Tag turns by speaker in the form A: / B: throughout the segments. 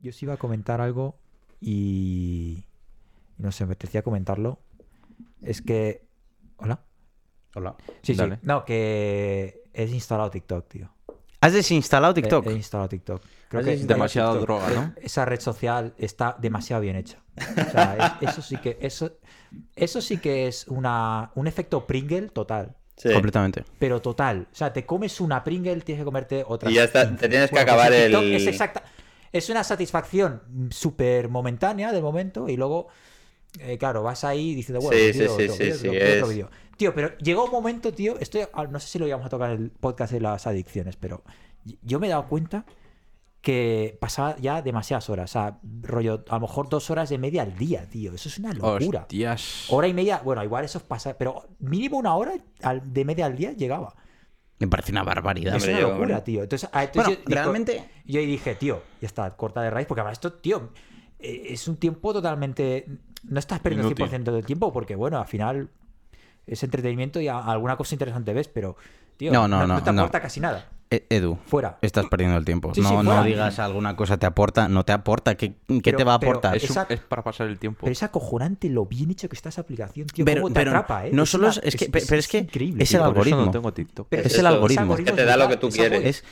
A: Yo sí iba a comentar algo y no sé, me apetecía comentarlo. Es que. Hola.
B: Hola.
A: Sí,
B: Dale.
A: sí. No, que he instalado TikTok, tío.
C: ¿Has desinstalado
A: He-
C: TikTok?
A: He, instalado TikTok. Creo
B: Has
A: que
B: desinstalado Demasiada
A: eh, TikTok.
B: droga, ¿no?
A: Esa red social está demasiado bien hecha. O sea, es- eso sí que. Eso, eso sí que es una, un efecto Pringle total.
D: Sí.
C: Completamente.
A: Pero total. O sea, te comes una Pringle, tienes que comerte otra.
D: Y ya está, te tienes que
A: Bueno, pues
D: acabar
A: en TikTok
D: el-
A: Es exacta. Es una satisfacción mm, súper momentánea de momento y luego, eh, claro, vas ahí diciendo, bueno,
D: Sí,
A: quiero
D: sí,
A: otro
D: sí,
A: vídeo,
D: sí,
A: quiero
D: sí,
A: otro
D: es-
A: vídeo. Tío, pero llegó un momento, tío, estoy, ah, no sé si lo íbamos a tocar en el podcast de las adicciones, pero y- yo me he dado cuenta que pasaba ya demasiadas horas, o sea, rollo, a lo mejor dos horas de media al día, tío, eso es una locura.
B: Hostias.
A: Hora y media, bueno, igual eso es pasar, pero mínimo una hora al- de media al día llegaba.
C: Me parece una barbaridad.
A: Es
D: Hombre,
A: una
D: yo,
A: locura,
D: bueno.
A: tío. Entonces, ah, entonces
C: Bueno,
A: yo digo-
C: realmente...
A: yo ahí dije, tío, ya está, corta de raíz, porque además esto, tío, eh, es un tiempo totalmente. No estás perdiendo
B: Inútil.
A: el 100% del tiempo, porque bueno, al final es entretenimiento y a- alguna cosa interesante ves, pero, tío,
C: No, no, no,
A: te
C: no.
A: aporta casi nada.
C: E- Edu,
A: Fuera.
C: estás perdiendo el tiempo.
A: Sí, sí,
C: no, no
A: fuera.
C: digas alguna cosa te aporta, no te aporta. ¿Qué, qué
A: Pero-
C: te va a
A: pero
C: aportar?
A: es
B: Es, un-
A: Exacto.
B: es para pasar el tiempo.
A: Pero es acojonante lo bien hecho que está esa aplicación, tío.
C: Pero-
A: cómo te
C: pero
A: atrapa, ¿eh?
C: no solo
A: una-
C: es- es que- pe- pero es que
A: increíble.
C: es el
A: tío.
B: Por eso
C: algoritmo.
B: no tengo TikTok.
C: es
D: eso,
C: el algoritmo.
A: ese
D: Que te da lo que tú
A: es brutal,
D: quieres.
C: Es-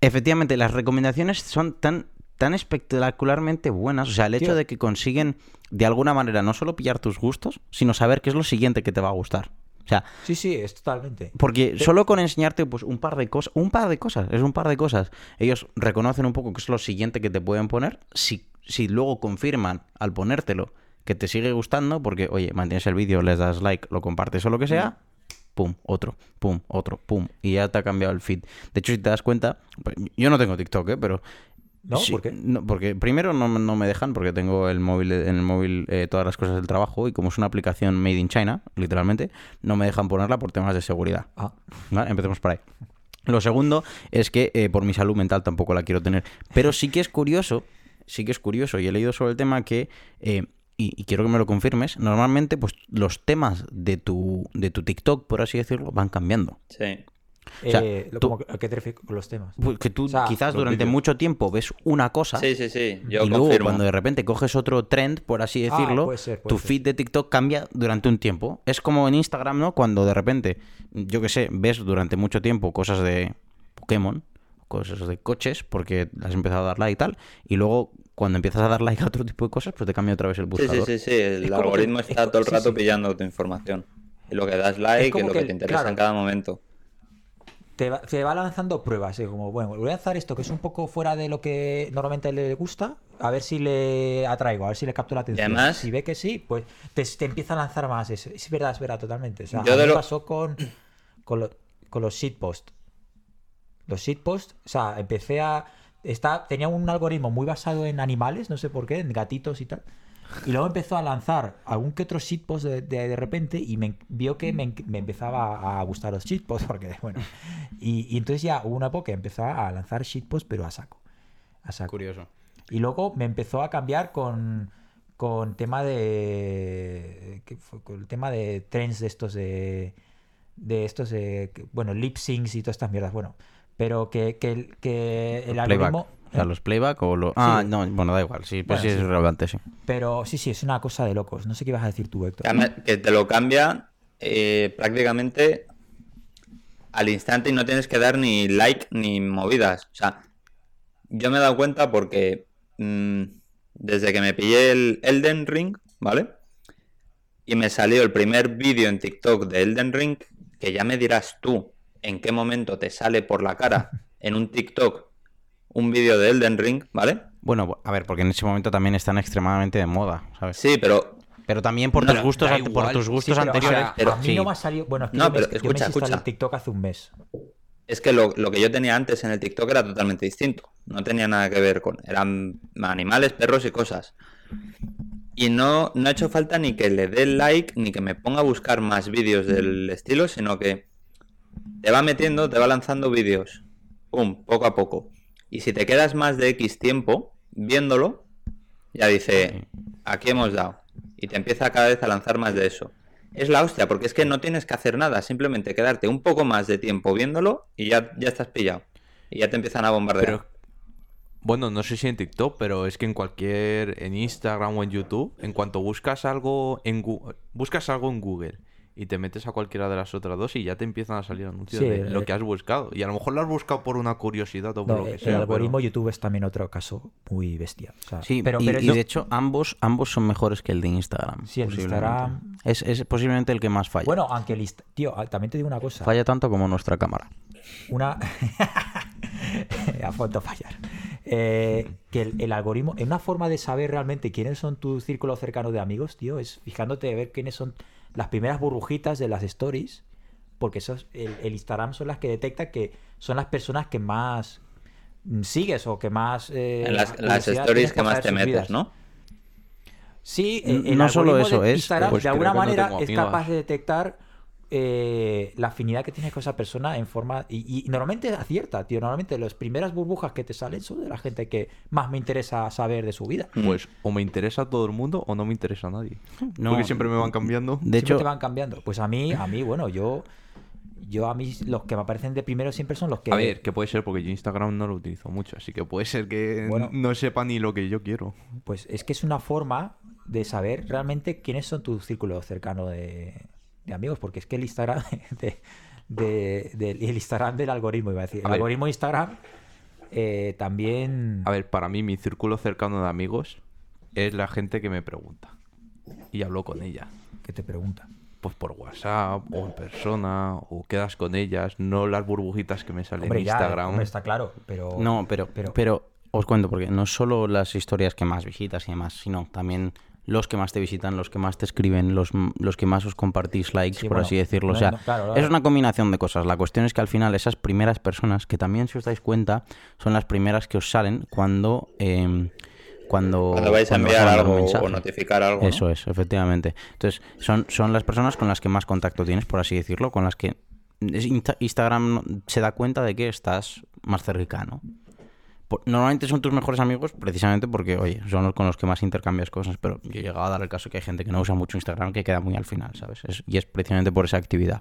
C: efectivamente, las recomendaciones son tan, tan espectacularmente buenas. O sea, el hecho
A: Tío.
C: de que consiguen, de alguna manera, no solo pillar tus gustos, sino saber qué es lo siguiente que te va a gustar. O sea,
A: Sí, sí, es totalmente.
C: porque solo con enseñarte pues un par de cosas, un par de cosas, es un par de cosas. Ellos reconocen un poco qué es lo siguiente que te pueden poner, si, si luego confirman al ponértelo que te sigue gustando, porque oye, mantienes el vídeo, les das like, lo compartes o lo que sea, pum, otro, pum, otro, pum, y ya te ha cambiado el feed. De hecho, si te das cuenta, pues, yo no tengo TikTok, ¿eh? pero
A: ¿No?
C: Sí,
A: ¿Por qué?
C: no, porque primero no, no me dejan porque tengo el móvil en el móvil eh, todas las cosas del trabajo y como es una aplicación made in China, literalmente, no me dejan ponerla por temas de seguridad.
A: Ah,
C: ¿Vale? Empecemos por ahí. Lo segundo es que eh, por mi salud mental tampoco la quiero tener. Pero sí que es curioso, sí que es curioso, y he leído sobre el tema que, eh, y, y quiero que me lo confirmes, normalmente pues los temas de tu, de tu TikTok, por así decirlo, van cambiando.
D: Sí.
C: sea,
A: eh, lo-
C: tú-
A: como- ¿A qué te refieres con los temas?
C: Pues que tú
A: O sea,
C: quizás
B: los
C: durante
B: vídeos.
C: mucho tiempo ves una cosa
D: Sí, sí, sí. Yo
C: y luego,
D: confirmo.
C: cuando de repente coges otro trend, por así
A: Ah,
C: decirlo,
A: puede ser, puede
C: tu
A: ser.
C: feed de TikTok cambia durante un tiempo. Es como en Instagram, ¿no? Cuando de repente, yo qué sé, ves durante mucho tiempo cosas de Pokémon, cosas de coches, porque las has empezado a dar like y tal, y luego cuando empiezas a dar like a otro tipo de cosas, pues te cambia otra vez el
D: Sí,
C: buscador.
D: sí, sí, sí. El
A: Es como
D: algoritmo
A: que- es
D: está
A: co-
D: todo el
A: sí,
D: rato
A: sí.
D: pillando tu información. Y lo que das like, y
A: como
D: lo
A: que
D: que,
A: el-
D: te interesa
A: claro.
D: en cada momento.
A: te va, te va lanzando pruebas, ¿eh? como, bueno, voy a lanzar esto que es un poco fuera de lo que normalmente le gusta, a ver si le atraigo, a ver si le capto la atención.
D: además-
A: si ve que sí, pues te, te empieza a lanzar más. Es, es verdad, es verdad, totalmente. O sea,
D: Yo
A: a mí
D: de lo-
A: pasó con, con, lo- con los shitposts. Los shitposts, o sea, empecé a... Está, tenía un algoritmo muy basado en animales, no sé por qué, en gatitos y tal. Y luego empezó a lanzar algún que otro shitpost de, de, de repente y me en- vio que me, en- me empezaba a gustar los shitposts porque, bueno... Y, y entonces ya hubo una época que empezaba a lanzar shitposts pero a saco. A saco.
C: Curioso.
A: Y luego me empezó a cambiar con, con tema de. ¿qué fue? Con el tema de trends de estos de. De estos de. que- Bueno, lip syncs y todas estas mierdas. Bueno, pero que, que, el- que el
C: playback.
A: algoritmo. eh.
C: O sea, los playback o los... Ah, no, bueno, da igual, sí, pues
A: Bueno,
C: sí es
A: sí.
C: relevante, sí.
A: Pero sí, sí, es una cosa de locos. No sé qué ibas a decir tú, Héctor.
D: Que ama- Que te lo cambia eh, prácticamente al instante y no tienes que dar ni like ni movidas. O sea, yo me he dado cuenta porque mm, desde que me pillé el Elden Ring, ¿vale? Y me salió el primer vídeo en TikTok de Elden Ring, que ya me dirás tú en qué momento te sale por la cara en un TikTok un vídeo de Elden Ring, ¿vale?
C: Bueno, a ver, porque en ese momento también están extremadamente de moda, ¿sabes?
D: Sí, pero
C: Pero también por
D: No,
C: tus gustos,
B: da
C: an- por
B: igual.
C: tus
B: Sí,
C: gustos
A: pero,
C: anteriores.
B: o sea,
D: pero
A: a mí
C: sí.
A: no me ha salido. Bueno, es que
D: No,
A: yo me-
D: pero
A: yo me
D: escucha,
A: instalé
D: escucha.
A: TikTok hace un mes.
D: Es que lo, lo que yo tenía antes en el TikTok era totalmente distinto. No tenía nada que ver con. Eran animales, perros y cosas. Y no, no ha hecho falta ni que le dé like, ni que me ponga a buscar más vídeos del estilo, sino que te va metiendo, te va lanzando vídeos. Pum, poco a poco. Y si te quedas más de X tiempo viéndolo, ya dice, aquí hemos dado. Y te empieza cada vez a lanzar más de eso. Es la hostia, porque es que no tienes que hacer nada, simplemente quedarte un poco más de tiempo viéndolo y ya, ya estás pillado. Y ya te empiezan a bombardear.
B: Pero Bueno, no sé si en TikTok, pero es que en cualquier, en Instagram o en YouTube, en cuanto buscas algo en Google, buscas algo en Google y te metes a cualquiera de las otras dos y ya te empiezan a salir anuncios
A: Sí,
B: de
A: eh.
B: lo que has buscado. Y a lo mejor lo has buscado por una curiosidad o por
A: No,
B: lo que
A: el
B: sea. pero-
A: algoritmo YouTube es también otro caso muy bestia. O sea,
C: Sí,
A: pero,
C: y,
A: pero
C: y
A: yo-
C: de hecho ambos, ambos son mejores que el de Instagram.
A: Sí, el de
C: posiblemente.
A: Instagram-
C: Es, es posiblemente el que más falla.
A: bueno, aunque el Inst- Tío, ah, también te digo una cosa.
C: Falla tanto como nuestra cámara.
A: Una. a fondo fallar. Eh, que el, el algoritmo. Es una forma de saber realmente quiénes son tu círculo cercano de amigos, tío. Es fijándote de ver quiénes son las primeras burbujitas de las stories. Porque eso es- el, el Instagram son las que detecta que son las personas que más mm, sigues o que más. eh,
D: En las, las
A: curiosidad
D: stories
A: tienes
D: que
A: por
D: más
A: saber
D: te
A: sus
D: metes,
A: vidas.
D: ¿no?
A: Sí, eh, el
C: No solo
A: algoritmo
C: eso,
A: de
C: es,
A: Instagram
B: pues,
A: de
B: creo
A: alguna
B: que no
A: manera
B: tengo
A: es capaz
B: amigas.
A: de detectar eh, la afinidad que tienes con esa persona en forma. Y, y normalmente acierta, tío. Normalmente las primeras burbujas que te salen son de la gente que más me interesa saber de su vida.
D: Mm.
B: Pues o me interesa a todo el mundo o no me interesa a nadie.
C: No.
B: Porque siempre me van cambiando.
C: De
A: Siempre
C: hecho,
A: te van cambiando. Pues a mí, a mí, bueno, yo. Yo a mí los que me aparecen de primero siempre son los que.
B: A ver, que puede ser porque yo Instagram no lo utilizo mucho, así que puede ser que
A: Bueno.
B: no sepa ni lo que yo quiero.
A: Pues es que es una forma de saber realmente quiénes son tu círculo cercano de, de amigos, porque es que el Instagram de, de- del- el Instagram del algoritmo, iba a decir. El
B: A ver.
A: algoritmo de Instagram eh, también.
B: A ver, para mí mi círculo cercano de amigos es la gente que me pregunta. Y hablo con ella.
A: que te pregunta.
B: Pues por WhatsApp o en persona o quedas con ellas, no las burbujitas que me salen
A: Hombre,
B: en
A: ya, eh,
B: Instagram.
A: hombre, está claro, pero.
C: no, pero,
A: pero-
C: pero, os cuento, porque no solo las historias que más visitas y demás, sino también los que más te visitan, los que más te escriben, los, m- los que más os compartís likes,
A: Sí,
C: por
A: bueno,
C: así decirlo.
A: no,
C: o sea,
A: no, claro, claro.
C: es una combinación de cosas. La cuestión es que al final esas primeras personas, que también si os dais cuenta, son las primeras que os salen cuando... em, cuando,
D: Cuando vais a
C: cuando os
D: enviar
C: mandan un
D: algo
C: mensaje.
D: o notificar algo. ¿no?
C: Eso es, efectivamente. Entonces, son, son las personas con las que más contacto tienes, por así decirlo, con las que es Insta- Instagram no- se da cuenta de que estás más cercano. Por- Normalmente son tus mejores amigos precisamente porque, oye, son los con los que más intercambias cosas, pero yo he llegado a dar el caso que hay gente que no usa mucho Instagram que queda muy al final, ¿sabes? Es- y es precisamente por esa actividad.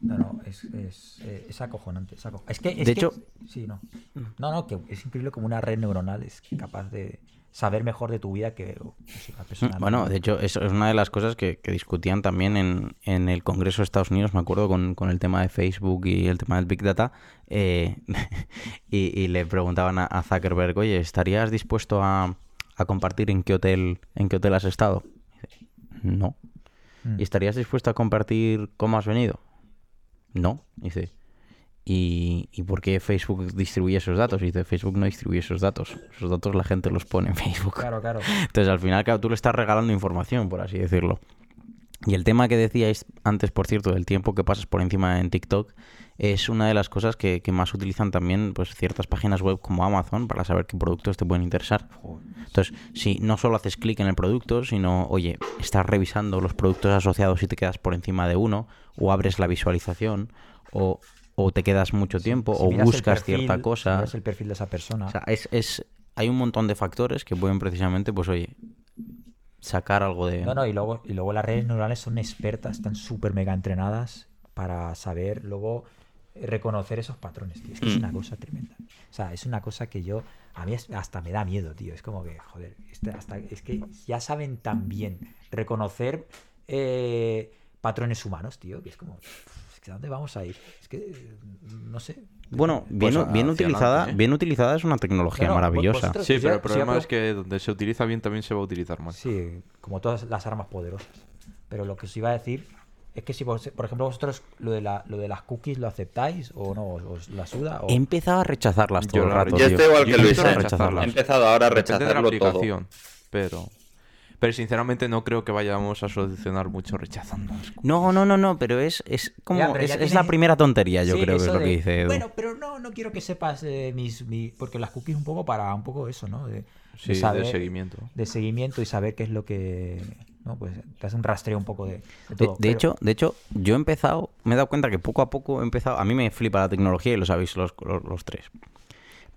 A: No, no, es, es, eh, es acojonante. Es, aco- es que. es
C: De
A: que-
C: hecho- Mm.
A: Sí, no. No, no, que es increíble como una red neuronal es capaz de saber mejor de tu vida que no sé, una persona.
C: Mm, Bueno, de hecho, eso es una de las cosas que, que discutían también en, en el Congreso de Estados Unidos, me acuerdo, con, con el tema de Facebook y el tema del Big Data. eh, y, y le preguntaban a, a Zuckerberg, oye, ¿estarías dispuesto a, a compartir en qué hotel, en qué hotel has estado? Y dice, No.
A: Mm.
C: ¿Y estarías dispuesto a compartir cómo has venido? No. Y dice. ¿Y, ¿Y por qué Facebook distribuye esos datos? Y dice, Facebook no distribuye esos datos. Esos datos la gente los pone en Facebook.
A: Claro, claro.
C: Entonces, al final, claro, tú le estás regalando información, por así decirlo. Y el tema que decíais antes, por cierto, del tiempo que pasas por encima en TikTok, es una de las cosas que, que más utilizan también pues, ciertas páginas web como Amazon para saber qué productos te pueden interesar. Entonces, si no solo haces clic en el producto, sino, oye, estás revisando los productos asociados y te quedas por encima de uno, o abres la visualización, o, o te quedas mucho tiempo,
A: Si
C: o
A: miras el
C: buscas
A: perfil,
C: cierta
A: si
C: cosa.
A: miras el perfil de esa persona.
C: O sea, es, es- hay un montón de factores que pueden precisamente, pues oye, sacar algo de...
A: No, no, y luego, y luego las redes neuronales son expertas, están súper mega entrenadas para saber luego eh, reconocer esos patrones, tío. Es que es
C: Mm.
A: una cosa tremenda. O sea, es una cosa que yo, a mí es- hasta me da miedo, tío. Es como que, joder, este- hasta, es que ya saben tan bien reconocer eh, patrones humanos, tío, que es como, "Uf, es que ¿a dónde vamos a ir? Es que, eh, no sé.
C: Bueno,
A: ah,
C: bien,
B: Pues,
C: bien
B: alucinante,
C: utilizada,
B: ¿eh?
C: bien utilizada es una tecnología
A: No, no,
C: maravillosa.
A: vosotros-
B: Sí,
A: Yo-
B: pero
A: si
B: el
A: yo
B: problema
A: pregu-
B: es que donde se utiliza bien también se va a utilizar mal.
A: Sí, como todas las armas poderosas. Pero lo que os iba a decir es que si, vos- por ejemplo, vosotros lo de, la, lo de las cookies lo aceptáis o no, os, os la suda. O...
C: He empezado a rechazarlas todo
B: Yo
C: el
B: la
C: rato.
B: rechazo.
C: tío.
D: Yo estoy igual
B: Yo
D: que
C: He
D: Luis.
C: empezado
D: ¿eh?
B: empiezo
C: a
D: He
C: rechazarlas.
D: empezado ahora a
B: Depende de la
D: rechazarlo todo.
B: aplicación, pero... Pero sinceramente no creo que vayamos a solucionar mucho rechazándonos.
C: No, no, no, no, pero es, es como...
A: Ya, pero
C: es,
A: ya
C: es
A: tienes-
C: la primera tontería, yo
A: Sí,
C: creo que es
A: eso
C: lo
A: de,
C: que dice Edu.
A: Bueno, pero no, no quiero que sepas eh, mis, mi- Porque las cookies un poco para un poco eso, ¿no? De, de
B: Sí,
A: saber-
B: de seguimiento.
A: De seguimiento y saber qué es lo que. No, pues te hace un rastreo un poco de. de
C: De,
A: todo,
C: de
A: pero-
C: hecho, de hecho, yo he empezado, me he dado cuenta que poco a poco he empezado, a mí me flipa la tecnología y lo sabéis los, los- los tres,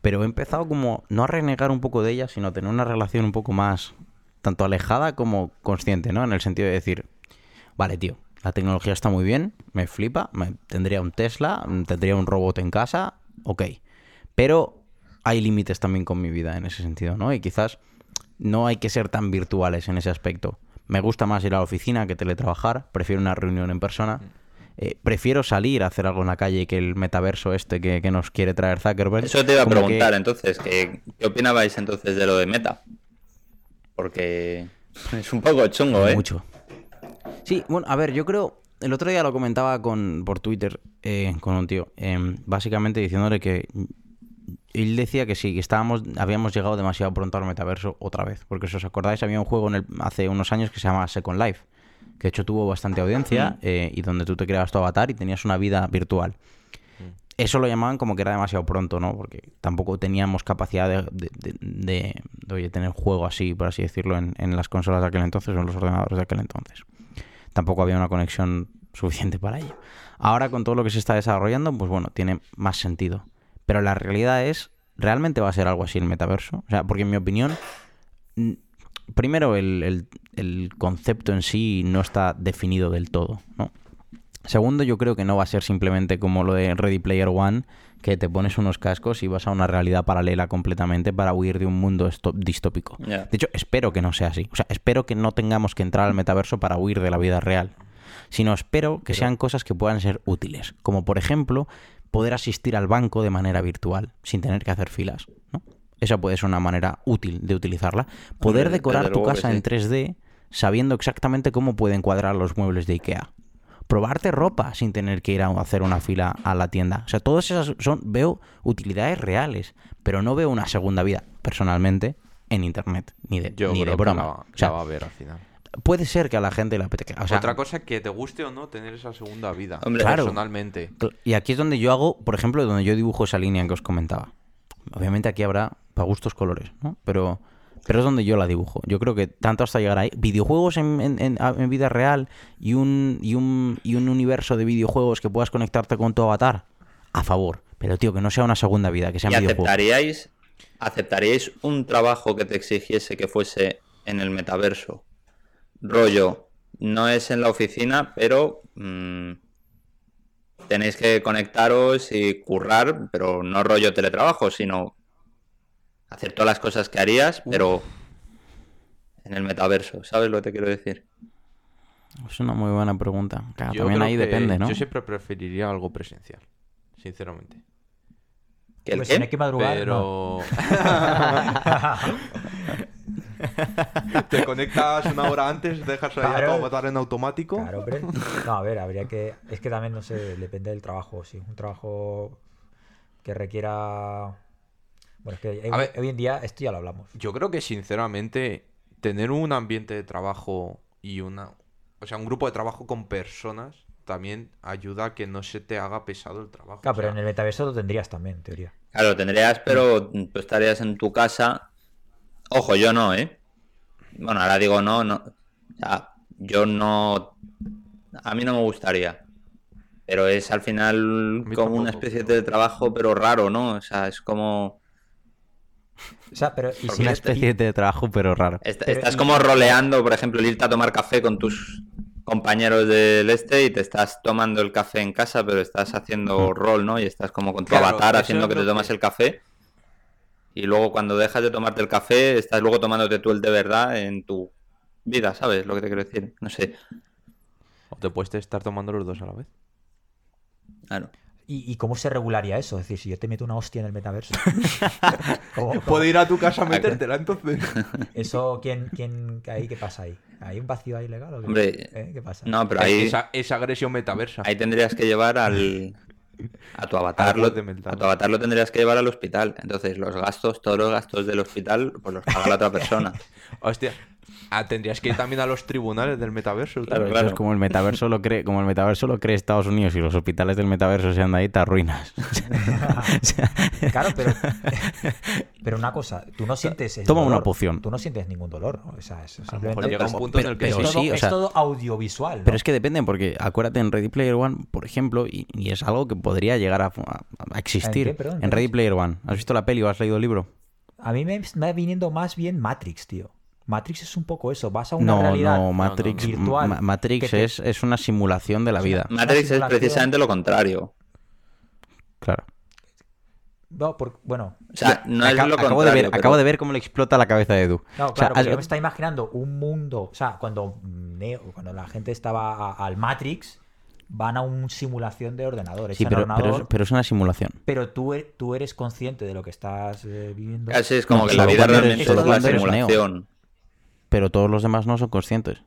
C: pero he empezado como no a renegar un poco de ella, sino a tener una relación un poco más, tanto alejada como consciente, ¿no? En el sentido de decir, vale, tío, la tecnología está muy bien, me flipa, me, tendría un Tesla, mm, tendría un robot en casa, ok, pero hay límites también con mi vida en ese sentido, ¿no? Y quizás no hay que ser tan virtuales en ese aspecto. Me gusta más ir a la oficina que teletrabajar, prefiero una reunión en persona,
D: Mm.
C: eh, prefiero salir a hacer algo en la calle que el metaverso este que, que nos quiere traer Zuckerberg.
D: Eso te iba a
C: Como que-
D: preguntar entonces, que- ¿qué opinabais entonces de lo de Meta? Porque es un poco chungo, ¿eh?
C: Mucho. Sí, bueno, a ver, yo creo. El otro día lo comentaba con, por Twitter eh, con un tío. em, básicamente diciéndole que. Él decía que sí, que estábamos, habíamos llegado demasiado pronto al metaverso otra vez. Porque si os acordáis, había un juego en el- hace unos años que se llama Second Life. Que de hecho tuvo bastante audiencia eh, y donde tú te creabas tu avatar y tenías una vida virtual. Eso lo llamaban como que era demasiado pronto, ¿no? Porque tampoco teníamos capacidad de, de- de- de- de, oye, tener juego así, por así decirlo, en, en las consolas de aquel entonces o en los ordenadores de aquel entonces. Tampoco había una conexión suficiente para ello. Ahora con todo lo que se está desarrollando, pues bueno, tiene más sentido. Pero la realidad es, ¿realmente va a ser algo así el metaverso? O sea, porque en mi opinión, n- primero el, el- el concepto en sí no está definido del todo, ¿no? Segundo, yo creo que no va a ser simplemente como lo de Ready Player One, que te pones unos cascos y vas a una realidad paralela completamente para huir de un mundo esto- distópico.
D: Ya.
C: De hecho, espero que no sea así. O sea, espero que no tengamos que entrar al metaverso para huir de la vida real. Sino espero que sean cosas que puedan ser útiles. Como por ejemplo, poder asistir al banco de manera virtual, sin tener que hacer filas. ¿no? Esa puede ser una manera útil de utilizarla. Poder
D: desde
C: decorar tu
D: luego que
C: casa
D: sí.
C: en 3D sabiendo exactamente cómo pueden cuadrar los muebles de IKEA. Probarte ropa sin tener que ir a hacer una fila a la tienda. O sea, todas esas son, veo utilidades reales, pero no veo una segunda vida, personalmente, en internet, ni de,
B: Yo
C: ni de
B: creo que
C: broma.
B: la, va-
C: O
B: la
C: sea,
B: va a ver al final.
C: puede ser que a la gente le apetezca. O sea,
B: Otra cosa que te guste o no tener esa segunda vida.
D: Hombre,
C: Claro.
B: personalmente.
C: Cl- Y aquí es donde yo hago, por ejemplo, donde yo dibujo esa línea que os comentaba. Obviamente aquí habrá para gustos colores, ¿no? Pero, pero es donde yo la dibujo. Yo creo que tanto hasta llegar ahí. Videojuegos en, en- en- a- en vida real y un, y, un, y un universo de videojuegos que puedas conectarte con tu avatar. A favor. Pero, tío, que no sea una segunda vida, que sea
D: ¿Y
C: videojuegos.
D: aceptaríais, aceptaríais un trabajo que te exigiese que fuese en el metaverso? Rollo, no es en la oficina, pero mm, tenéis que conectaros y currar, pero no rollo teletrabajo, sino hacer todas las cosas que harías, pero en el metaverso. ¿Sabes lo que te quiero decir?
C: Es una muy buena pregunta. Claro,
B: Yo
C: también
B: creo
C: ahí
B: que
C: depende, ¿no?
B: Yo siempre preferiría algo presencial. Sinceramente.
D: ¿Que el
A: Pues
D: qué?
A: tener que madrugar. no.
B: Pero. Te conectas una hora antes, dejas ahí a
A: Claro.
B: tu avatar en automático.
A: Claro, hombre. No, a ver, habría que. Es que también, no sé, depende del trabajo. Si es un trabajo que requiera. Bueno, es que
B: A ver.
A: hoy, hoy en día esto ya lo hablamos.
B: Yo creo que sinceramente tener un ambiente de trabajo y una, o sea, un grupo de trabajo con personas también ayuda a que no se te haga pesado el trabajo.
A: Claro,
B: o
A: pero
B: sea,
A: en el metaverso lo tendrías también, en teoría.
D: Claro, lo tendrías, pero tú estarías en tu casa. Ojo, yo no, ¿eh? Bueno, ahora digo no, no. O sea, yo no. A mí no me gustaría. Pero es al final
B: A mí
D: como una
B: tampoco,
D: especie
B: pero-
D: de trabajo, pero raro, ¿no? O sea, es como.
A: O sea, pero. ¿y
D: Porque
A: si
C: Una
A: es-
C: especie de trabajo, pero raro.
D: est-
A: Pero-
D: estás como roleando, por ejemplo, el irte a tomar café con tus compañeros del este y te estás tomando el café en casa, pero estás haciendo rol, ¿no? Y estás como con tu
B: Claro,
D: avatar
B: eso
D: haciendo
B: es
D: que te
B: lo
D: tomas
B: que-
D: el café. Y luego cuando dejas de tomarte el café, estás luego tomándote tú el de verdad en tu vida, ¿sabes? Lo que te quiero decir. No sé.
B: o te puedes estar tomando los dos a la vez.
D: Claro.
A: ¿Y, y cómo se regularía eso? Es decir, si yo te meto una hostia en el metaverso. ¿cómo- cómo-
B: Puedo ir a tu casa a
D: claro.
B: metértela entonces.
A: ¿Eso quién, quién ahí qué pasa ahí? ¿Hay un vacío ahí legal o qué?
D: Hombre,
A: ¿Eh? ¿Qué pasa?
D: No, pero ahí,
B: Esa, esa agresión metaversa.
D: ahí tendrías que llevar al... A tu avatar
B: Al
D: lo,
B: borde mental.
D: a tu avatar lo tendrías que llevar al hospital. Entonces, los gastos, todos los gastos del hospital, pues los paga la otra persona.
B: Hostia. Ah, tendrías que ir también a los tribunales del metaverso. tío.
D: Claro,
C: Eso
D: claro.
C: es como el metaverso lo cree, como el metaverso lo cree Estados Unidos y los hospitales del metaverso sean de ahí, te arruinas. O sea,
A: Claro, pero, pero una cosa, tú no sientes. el
C: Toma una
A: dolor,
C: poción.
A: Tú no sientes ningún dolor. ¿no? O sea, es,
B: A lo mejor
A: simplemente-
B: llega un
A: es
B: punto en el que
C: pero-
B: sí.
A: todo,
C: sí, o
A: es
C: sea-
A: todo audiovisual. ¿no?
C: Pero es que depende, porque acuérdate en Ready Player One, por ejemplo, y, y es algo que podría llegar a, a- a existir.
A: ¿En qué? Perdón,
C: en
A: perdón.
C: Ready Player One. ¿Has visto la peli o has leído el libro?
A: A mí me está viniendo más bien Matrix, tío. Matrix es un poco eso. Vas a una
C: No,
A: realidad
C: no, Matrix,
A: no, no. virtual,
C: Ma-
A: que
C: Matrix
A: te-
C: es, es una simulación de la vida.
A: una
D: Matrix es
A: simulación.
D: precisamente lo contrario.
C: Claro.
A: No, por- bueno,
D: O sea, no es
C: Acab-
D: lo
C: acabo, de ver,
D: contrario, pero-
C: acabo de ver cómo le explota la cabeza de Edu.
A: No,
C: O
A: claro,
C: sea,
A: este
C: has-
A: porque yo me estaba imaginando un mundo. O sea, cuando, Neo- cuando la gente estaba a- al Matrix, van a una simulación de ordenadores.
C: sí,
A: echan
C: pero,
A: al
C: pero es,
A: ordenador,
C: pero es una simulación.
A: pero tú, e- tú eres consciente de lo que estás eh, viviendo.
D: Casi es como
C: No,
D: que la
C: solo
D: vida
C: cuando eres-
D: realmente
A: solo
D: es una
A: cuando eres
C: neo.
D: simulación.
C: Pero todos los demás no son conscientes.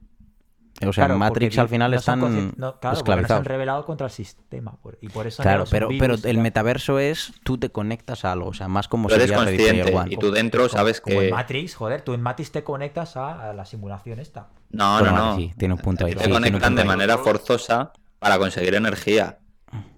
C: O sea,
A: Claro,
C: en
A: porque
C: Matrix
A: di-
C: al final
A: no son
C: están
A: conscien- no, claro, porque no se han
C: esclavizados.
A: revelado contra el sistema. por- y por eso
C: Claro,
A: los
C: pero,
A: virus
C: pero
A: y
C: el
A: tal.
C: metaverso es tú te conectas a algo, o sea, más como
D: Tú eres
C: sería Ready Player
D: consciente
C: One.
D: y tú dentro sabes
A: Como
D: que...
A: en Matrix, joder, tú en Matrix te conectas a, a la simulación esta.
D: No,
C: Bueno,
D: no, no.
C: vale, sí, tiene un punto
D: A
C: ahí,
D: ti
C: sí,
D: te
C: tiene un
D: conectan
C: punto
D: de
C: ahí.
D: manera forzosa para conseguir energía.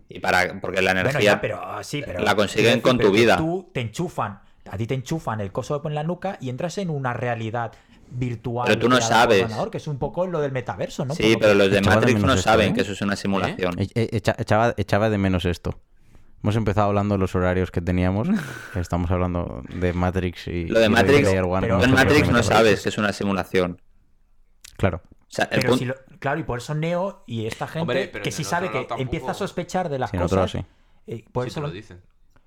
D: Y para porque la
A: Bueno,
D: energía
A: ya, pero ah, sí, pero.
D: la consiguen
A: quiero decir,
D: con tu
A: pero que
D: vida.
A: Tú te enchufan, a ti te enchufan el coso en la nuca y entras en una realidad virtual.
D: Pero tú no
A: creada por
D: sabes.
A: ordenador, que es un poco lo del metaverso, ¿no? Por
D: Sí,
A: lo
D: pero
A: que-
D: los de
C: Echaba de
D: Matrix
C: menos
D: no
C: esto,
D: saben
C: ¿eh?
D: que eso es una simulación.
C: E- e- echa- echaba, echaba de menos esto. Hemos empezado hablando de los horarios que teníamos. Estamos hablando de Matrix y.
D: Lo de
C: y Ready
D: Matrix-
C: Player
A: pero-
C: One,
D: Tú
A: No,
D: en
A: pero
D: Matrix no
A: realmente-
D: sabes que es una simulación.
C: Claro.
D: O sea, el
A: pero
D: punto-
A: si lo- claro, y por eso Neo y esta gente
B: Hombre, pero
A: que
B: en
A: sí
B: el
A: sabe que
B: otro lado
A: empieza a
B: tampoco-
A: sospechar de las
C: Sí, en otro
A: cosas.
C: lado
A: eh, por
B: Sí te
A: eso
B: lo
A: lo-
B: dicen.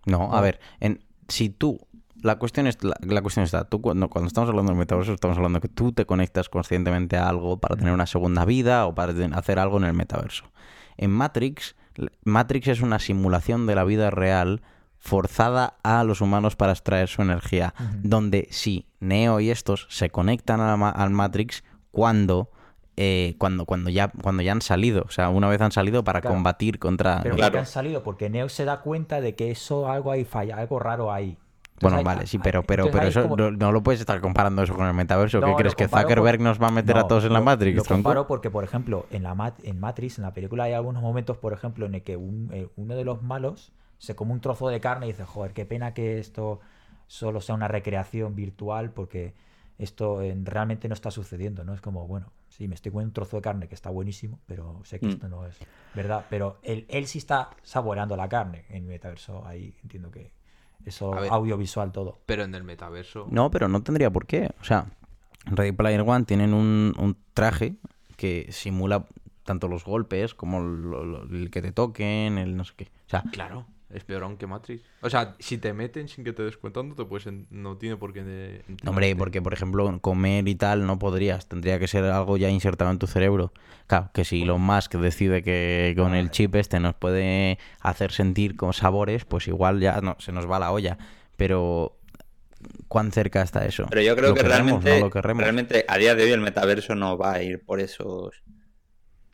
C: No, a ver, en, si tú. La cuestión, es, la, la cuestión está, tú cuando, cuando estamos hablando del metaverso, estamos hablando que tú te conectas conscientemente a algo para tener una segunda vida o para ten- hacer algo en el metaverso. En Matrix, l- Matrix es una simulación de la vida real forzada a los humanos para extraer su energía, donde sí, Neo y estos se conectan a la ma- al Matrix cuando, eh, cuando, cuando, ya, cuando ya han salido, o sea, una vez han salido para
A: Claro.
C: combatir contra...
A: Pero
D: Claro.
A: claro. que han salido porque Neo se da cuenta de que eso algo ahí falla, algo raro ahí. Entonces,
C: Bueno,
A: ahí-
C: vale, sí,
A: ahí-
C: pero, pero,
A: entonces
C: pero
A: ahí es
C: eso
A: como-
C: no, no lo puedes estar comparando eso con el metaverso. ¿Qué
A: No,
C: crees?
A: lo
C: ¿Que
A: comparo
C: Zuckerberg
A: por-
C: nos va a meter a
A: No,
C: todos en la
A: lo-
C: Matrix,
A: Lo
C: tronco?
A: comparo porque, por ejemplo, en la Mat- en Matrix, en la película, hay algunos momentos, por ejemplo, en el que un- eh, uno de los malos se come un trozo de carne y dice, joder, qué pena que esto solo sea una recreación virtual porque esto eh, realmente no está sucediendo, ¿no? Es como, bueno, sí, me estoy comiendo un trozo de carne que está buenísimo, pero sé que
D: Mm.
A: esto no es verdad. Pero él, él sí está saboreando la carne en metaverso, ahí entiendo que eso
B: A ver.
A: audiovisual todo.
B: Pero en el metaverso.
C: No, pero no tendría por qué. O sea, Ready Player One tienen un, un traje que simula tanto los golpes como lo- lo- el que te toquen, el no sé qué. O sea,
B: Claro, es peor aún que Matrix. O sea, si te meten sin que te des cuenta, no, te puedes en- no tiene por qué. de- enterarte.
C: no, hombre, porque por ejemplo comer y tal no podrías. Tendría que ser algo ya insertado en tu cerebro. Claro, que si Elon Musk decide que con el chip este nos puede hacer sentir con sabores, pues igual ya no, se nos va la olla. Pero ¿cuán cerca está eso?
D: Pero yo creo
C: ¿Lo
D: que
C: querremos?
D: realmente,
C: no lo querremos.
D: realmente a día de hoy el metaverso no va a ir por esos.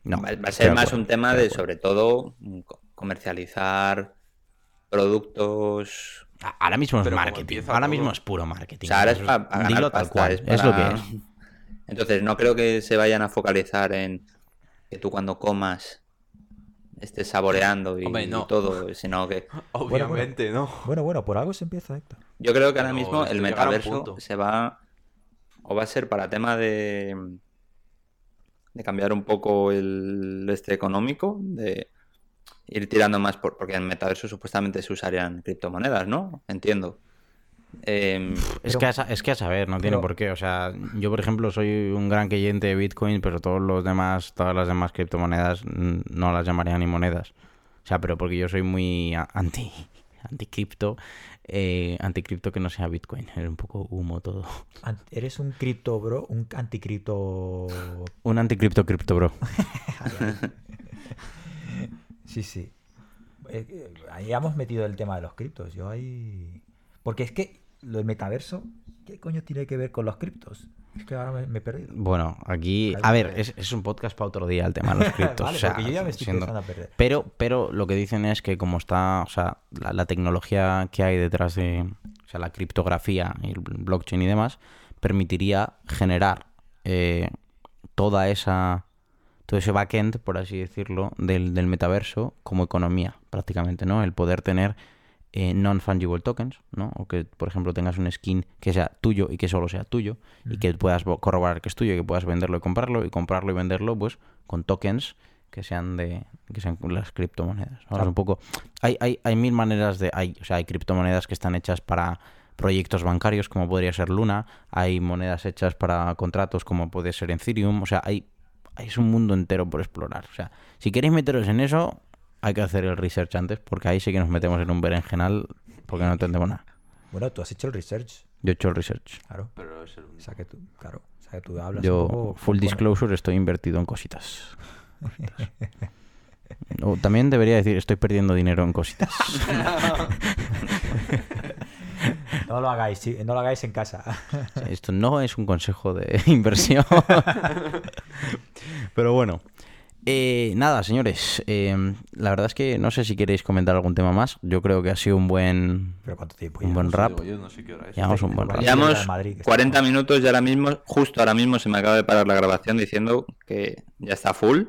C: No,
D: va, va a
C: estoy de
D: ser más
C: acuerdo,
D: un tema
C: estoy
D: de,
C: de acuerdo.
D: sobre todo, mm, co- comercializar productos.
C: A- Ahora mismo es
B: Pero como
C: marketing.
B: empieza
C: Ahora
B: todo.
C: mismo es puro marketing.
D: O sea, ahora es
C: Eso-
D: para ganar
C: Dilo
D: pasta,
C: tal cual.
D: es
C: Es,
D: para-
C: lo que es.
D: Entonces, no creo que se vayan a focalizar en que tú cuando comas estés saboreando y,
B: Hombre, no.
D: y todo, sino que
B: Obviamente, ¿no?
A: Bueno, bueno, por algo se empieza, Héctor.
D: yo creo que ahora
B: Pero
D: mismo
B: esto
D: el
B: llegará a un
D: metaverso
B: punto.
D: se va o va a ser para tema de de cambiar un poco el este económico, de ir tirando más por porque en metaverso supuestamente se usarían criptomonedas, ¿no? Entiendo. Em,
C: Es
A: Pero-
C: que, a, sa- es que a saber, no tiene
A: pero-
C: por qué. O sea, yo, por ejemplo, soy un gran creyente de Bitcoin, pero todos los demás, todas las demás criptomonedas mm, no las llamaría ni monedas. O sea, pero porque yo soy muy a- anti anticripto, eh, anticripto que no sea Bitcoin. Es un poco humo todo.
A: An- Eres un cripto bro, un anticripto.
C: Un anticripto cripto, bro.
A: Sí, sí. Eh, eh, Ahí hemos metido el tema de los criptos. Yo ahí. Porque es que lo del metaverso, ¿qué coño tiene que ver con los criptos? Es que ahora me, me he perdido.
C: Bueno, aquí. A ver, es, es un podcast para otro día el tema de los criptos.
A: Vale,
C: o sea,
A: porque yo ya me estoy
C: siendo-
A: empezando a perder.
C: Pero, pero lo que dicen es que como está, o sea, la, la tecnología que hay detrás de, o sea, la criptografía y el blockchain y demás, permitiría generar eh, toda esa, todo ese backend, por así decirlo, del, del metaverso como economía prácticamente, ¿no? El poder tener eh, non-fungible tokens, ¿no? O que, por ejemplo, tengas un skin que sea tuyo y que solo sea tuyo y que puedas bo- corroborar que es tuyo y que puedas venderlo y comprarlo y comprarlo y venderlo, pues, con tokens que sean de que sean las criptomonedas. Ahora es un poco hay, hay, hay mil maneras de hay, o sea, hay criptomonedas que están hechas para proyectos bancarios como podría ser Luna, hay monedas hechas para contratos como puede ser Ethereum, o sea, hay es un mundo entero por explorar, o sea, si queréis meteros en eso hay que hacer el research antes porque ahí sí que nos metemos en un berenjenal porque no entendemos nada.
A: Bueno, tú has hecho el research,
C: Yo he hecho el research.
A: claro.
B: Pero es el único.
A: O sea que tú, claro, o sea que tú hablas un
C: Yo,
A: poco ¿eh?
C: full
A: con-
C: disclosure, estoy invertido en cositas. Cositas. O también debería decir, estoy perdiendo dinero en cositas.
A: No lo hagáis, sí, no lo hagáis en casa.
C: Esto no es un consejo de inversión. Pero bueno. Eh, nada, señores. eh, la verdad es que no sé si queréis comentar algún tema más. Yo creo que ha sido un buen,
A: Pero cuánto tiempo
C: un
A: llevamos?
C: buen rap.
B: Digo, yo no sé qué hora es.
C: Llevamos un buen
A: Vale.
C: rap.
A: Ya-
D: Llevamos
A: de Madrid, que está
D: 40 minutos y ahora mismo, justo ahora mismo se me acaba de parar la grabación diciendo que ya está full.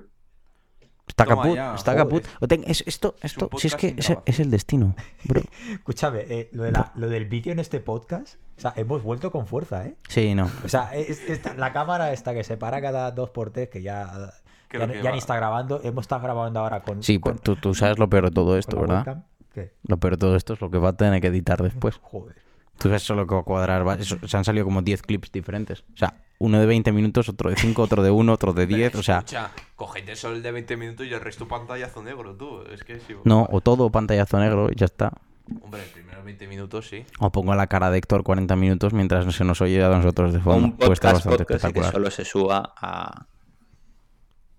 C: Está
B: Toma
C: caput,
B: ya,
C: está
B: joder.
C: caput. O ten- Oh, es- esto, esto, si es
B: podcast
C: que
B: sin
C: es,
B: grabación.
C: es el destino, bro.
A: Escúchame, eh, lo, de la- lo del vídeo en este podcast, o sea, hemos vuelto con fuerza, ¿eh?
C: Sí, no.
A: O sea, es- esta- la cámara esta que se para cada dos por tres, que ya,
B: Creo
A: ya,
B: que
A: ya
B: va.
A: ni está grabando, hemos estado grabando ahora con.
C: Sí,
A: con-
C: pues tú, tú sabes lo peor de todo esto,
A: con la
C: ¿verdad? Pues,
A: webcam. ¿Qué?
C: Lo peor de todo esto es lo que va a tener que editar después.
A: Joder.
C: Tú sabes solo que va a cuadrar. va- eso- se han salido como 10 clips diferentes. O sea, uno de 20 minutos, otro de 5, otro de 1, otro de 10. O sea,
B: Escucha, cogete solo el de 20 minutos y el resto pantallazo negro, tú. Es que sí.
C: no, o todo pantallazo negro, y ya está.
B: Hombre, el primero 20 minutos sí.
C: O pongo la cara de Héctor 40 minutos mientras no se nos oye a nosotros de
D: O
C: fondo.
D: un
C: Puede estar
D: podcast,
C: bastante
D: podcast y que
C: espectacular.
D: solo se suba a,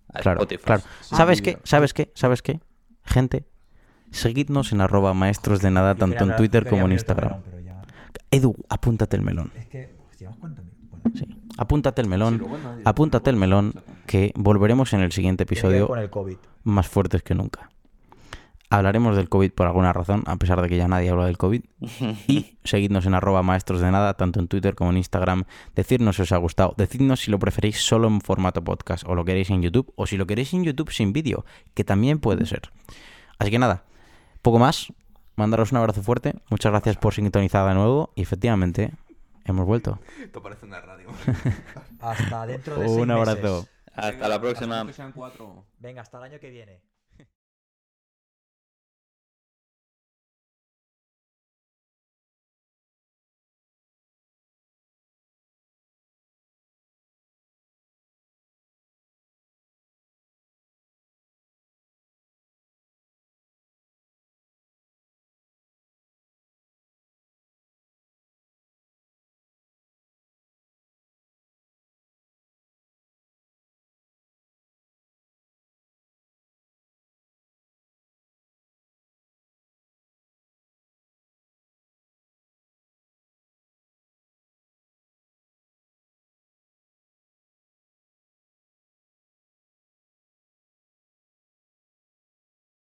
D: a
C: Claro,
D: Spotify. Ah,
C: claro.
B: Sí,
C: ¿Sabes
B: sí,
C: qué?
B: yo-
C: ¿Sabes qué? ¿Sabes qué? Gente, seguidnos en arroba maestros de nada,
A: Yo
C: tanto
A: quería
C: en
A: hablar-
C: Twitter
A: quería
C: como en
A: abrir otro
C: Instagram.
A: melón, pero ya-
C: Edu, apúntate el melón.
A: Es que. pues, ¿Llevamos cuánto? Bueno,
C: Sí. Apúntate el melón.
B: luego nadie-
C: Apúntate el melón que volveremos en el siguiente
A: tiene que ver
C: episodio
A: Con el COVID.
C: más fuertes que nunca. Hablaremos del COVID por alguna razón, a pesar de que ya nadie habla del COVID. Y seguidnos en arroba maestros de nada, tanto en Twitter como en Instagram. Decidnos si os ha gustado. Decidnos si lo preferís solo en formato podcast o lo queréis en YouTube o si lo queréis en YouTube sin vídeo, que también puede ser. Así que nada, poco más. Mandaros un abrazo fuerte. Muchas gracias por sintonizar de nuevo. Y efectivamente, hemos vuelto.
B: Esto parece una radio.
A: Hasta dentro de seis
C: Un
A: meses.
C: abrazo.
D: Hasta la próxima.
B: Que sean cuatro.
A: Venga, hasta el año que viene.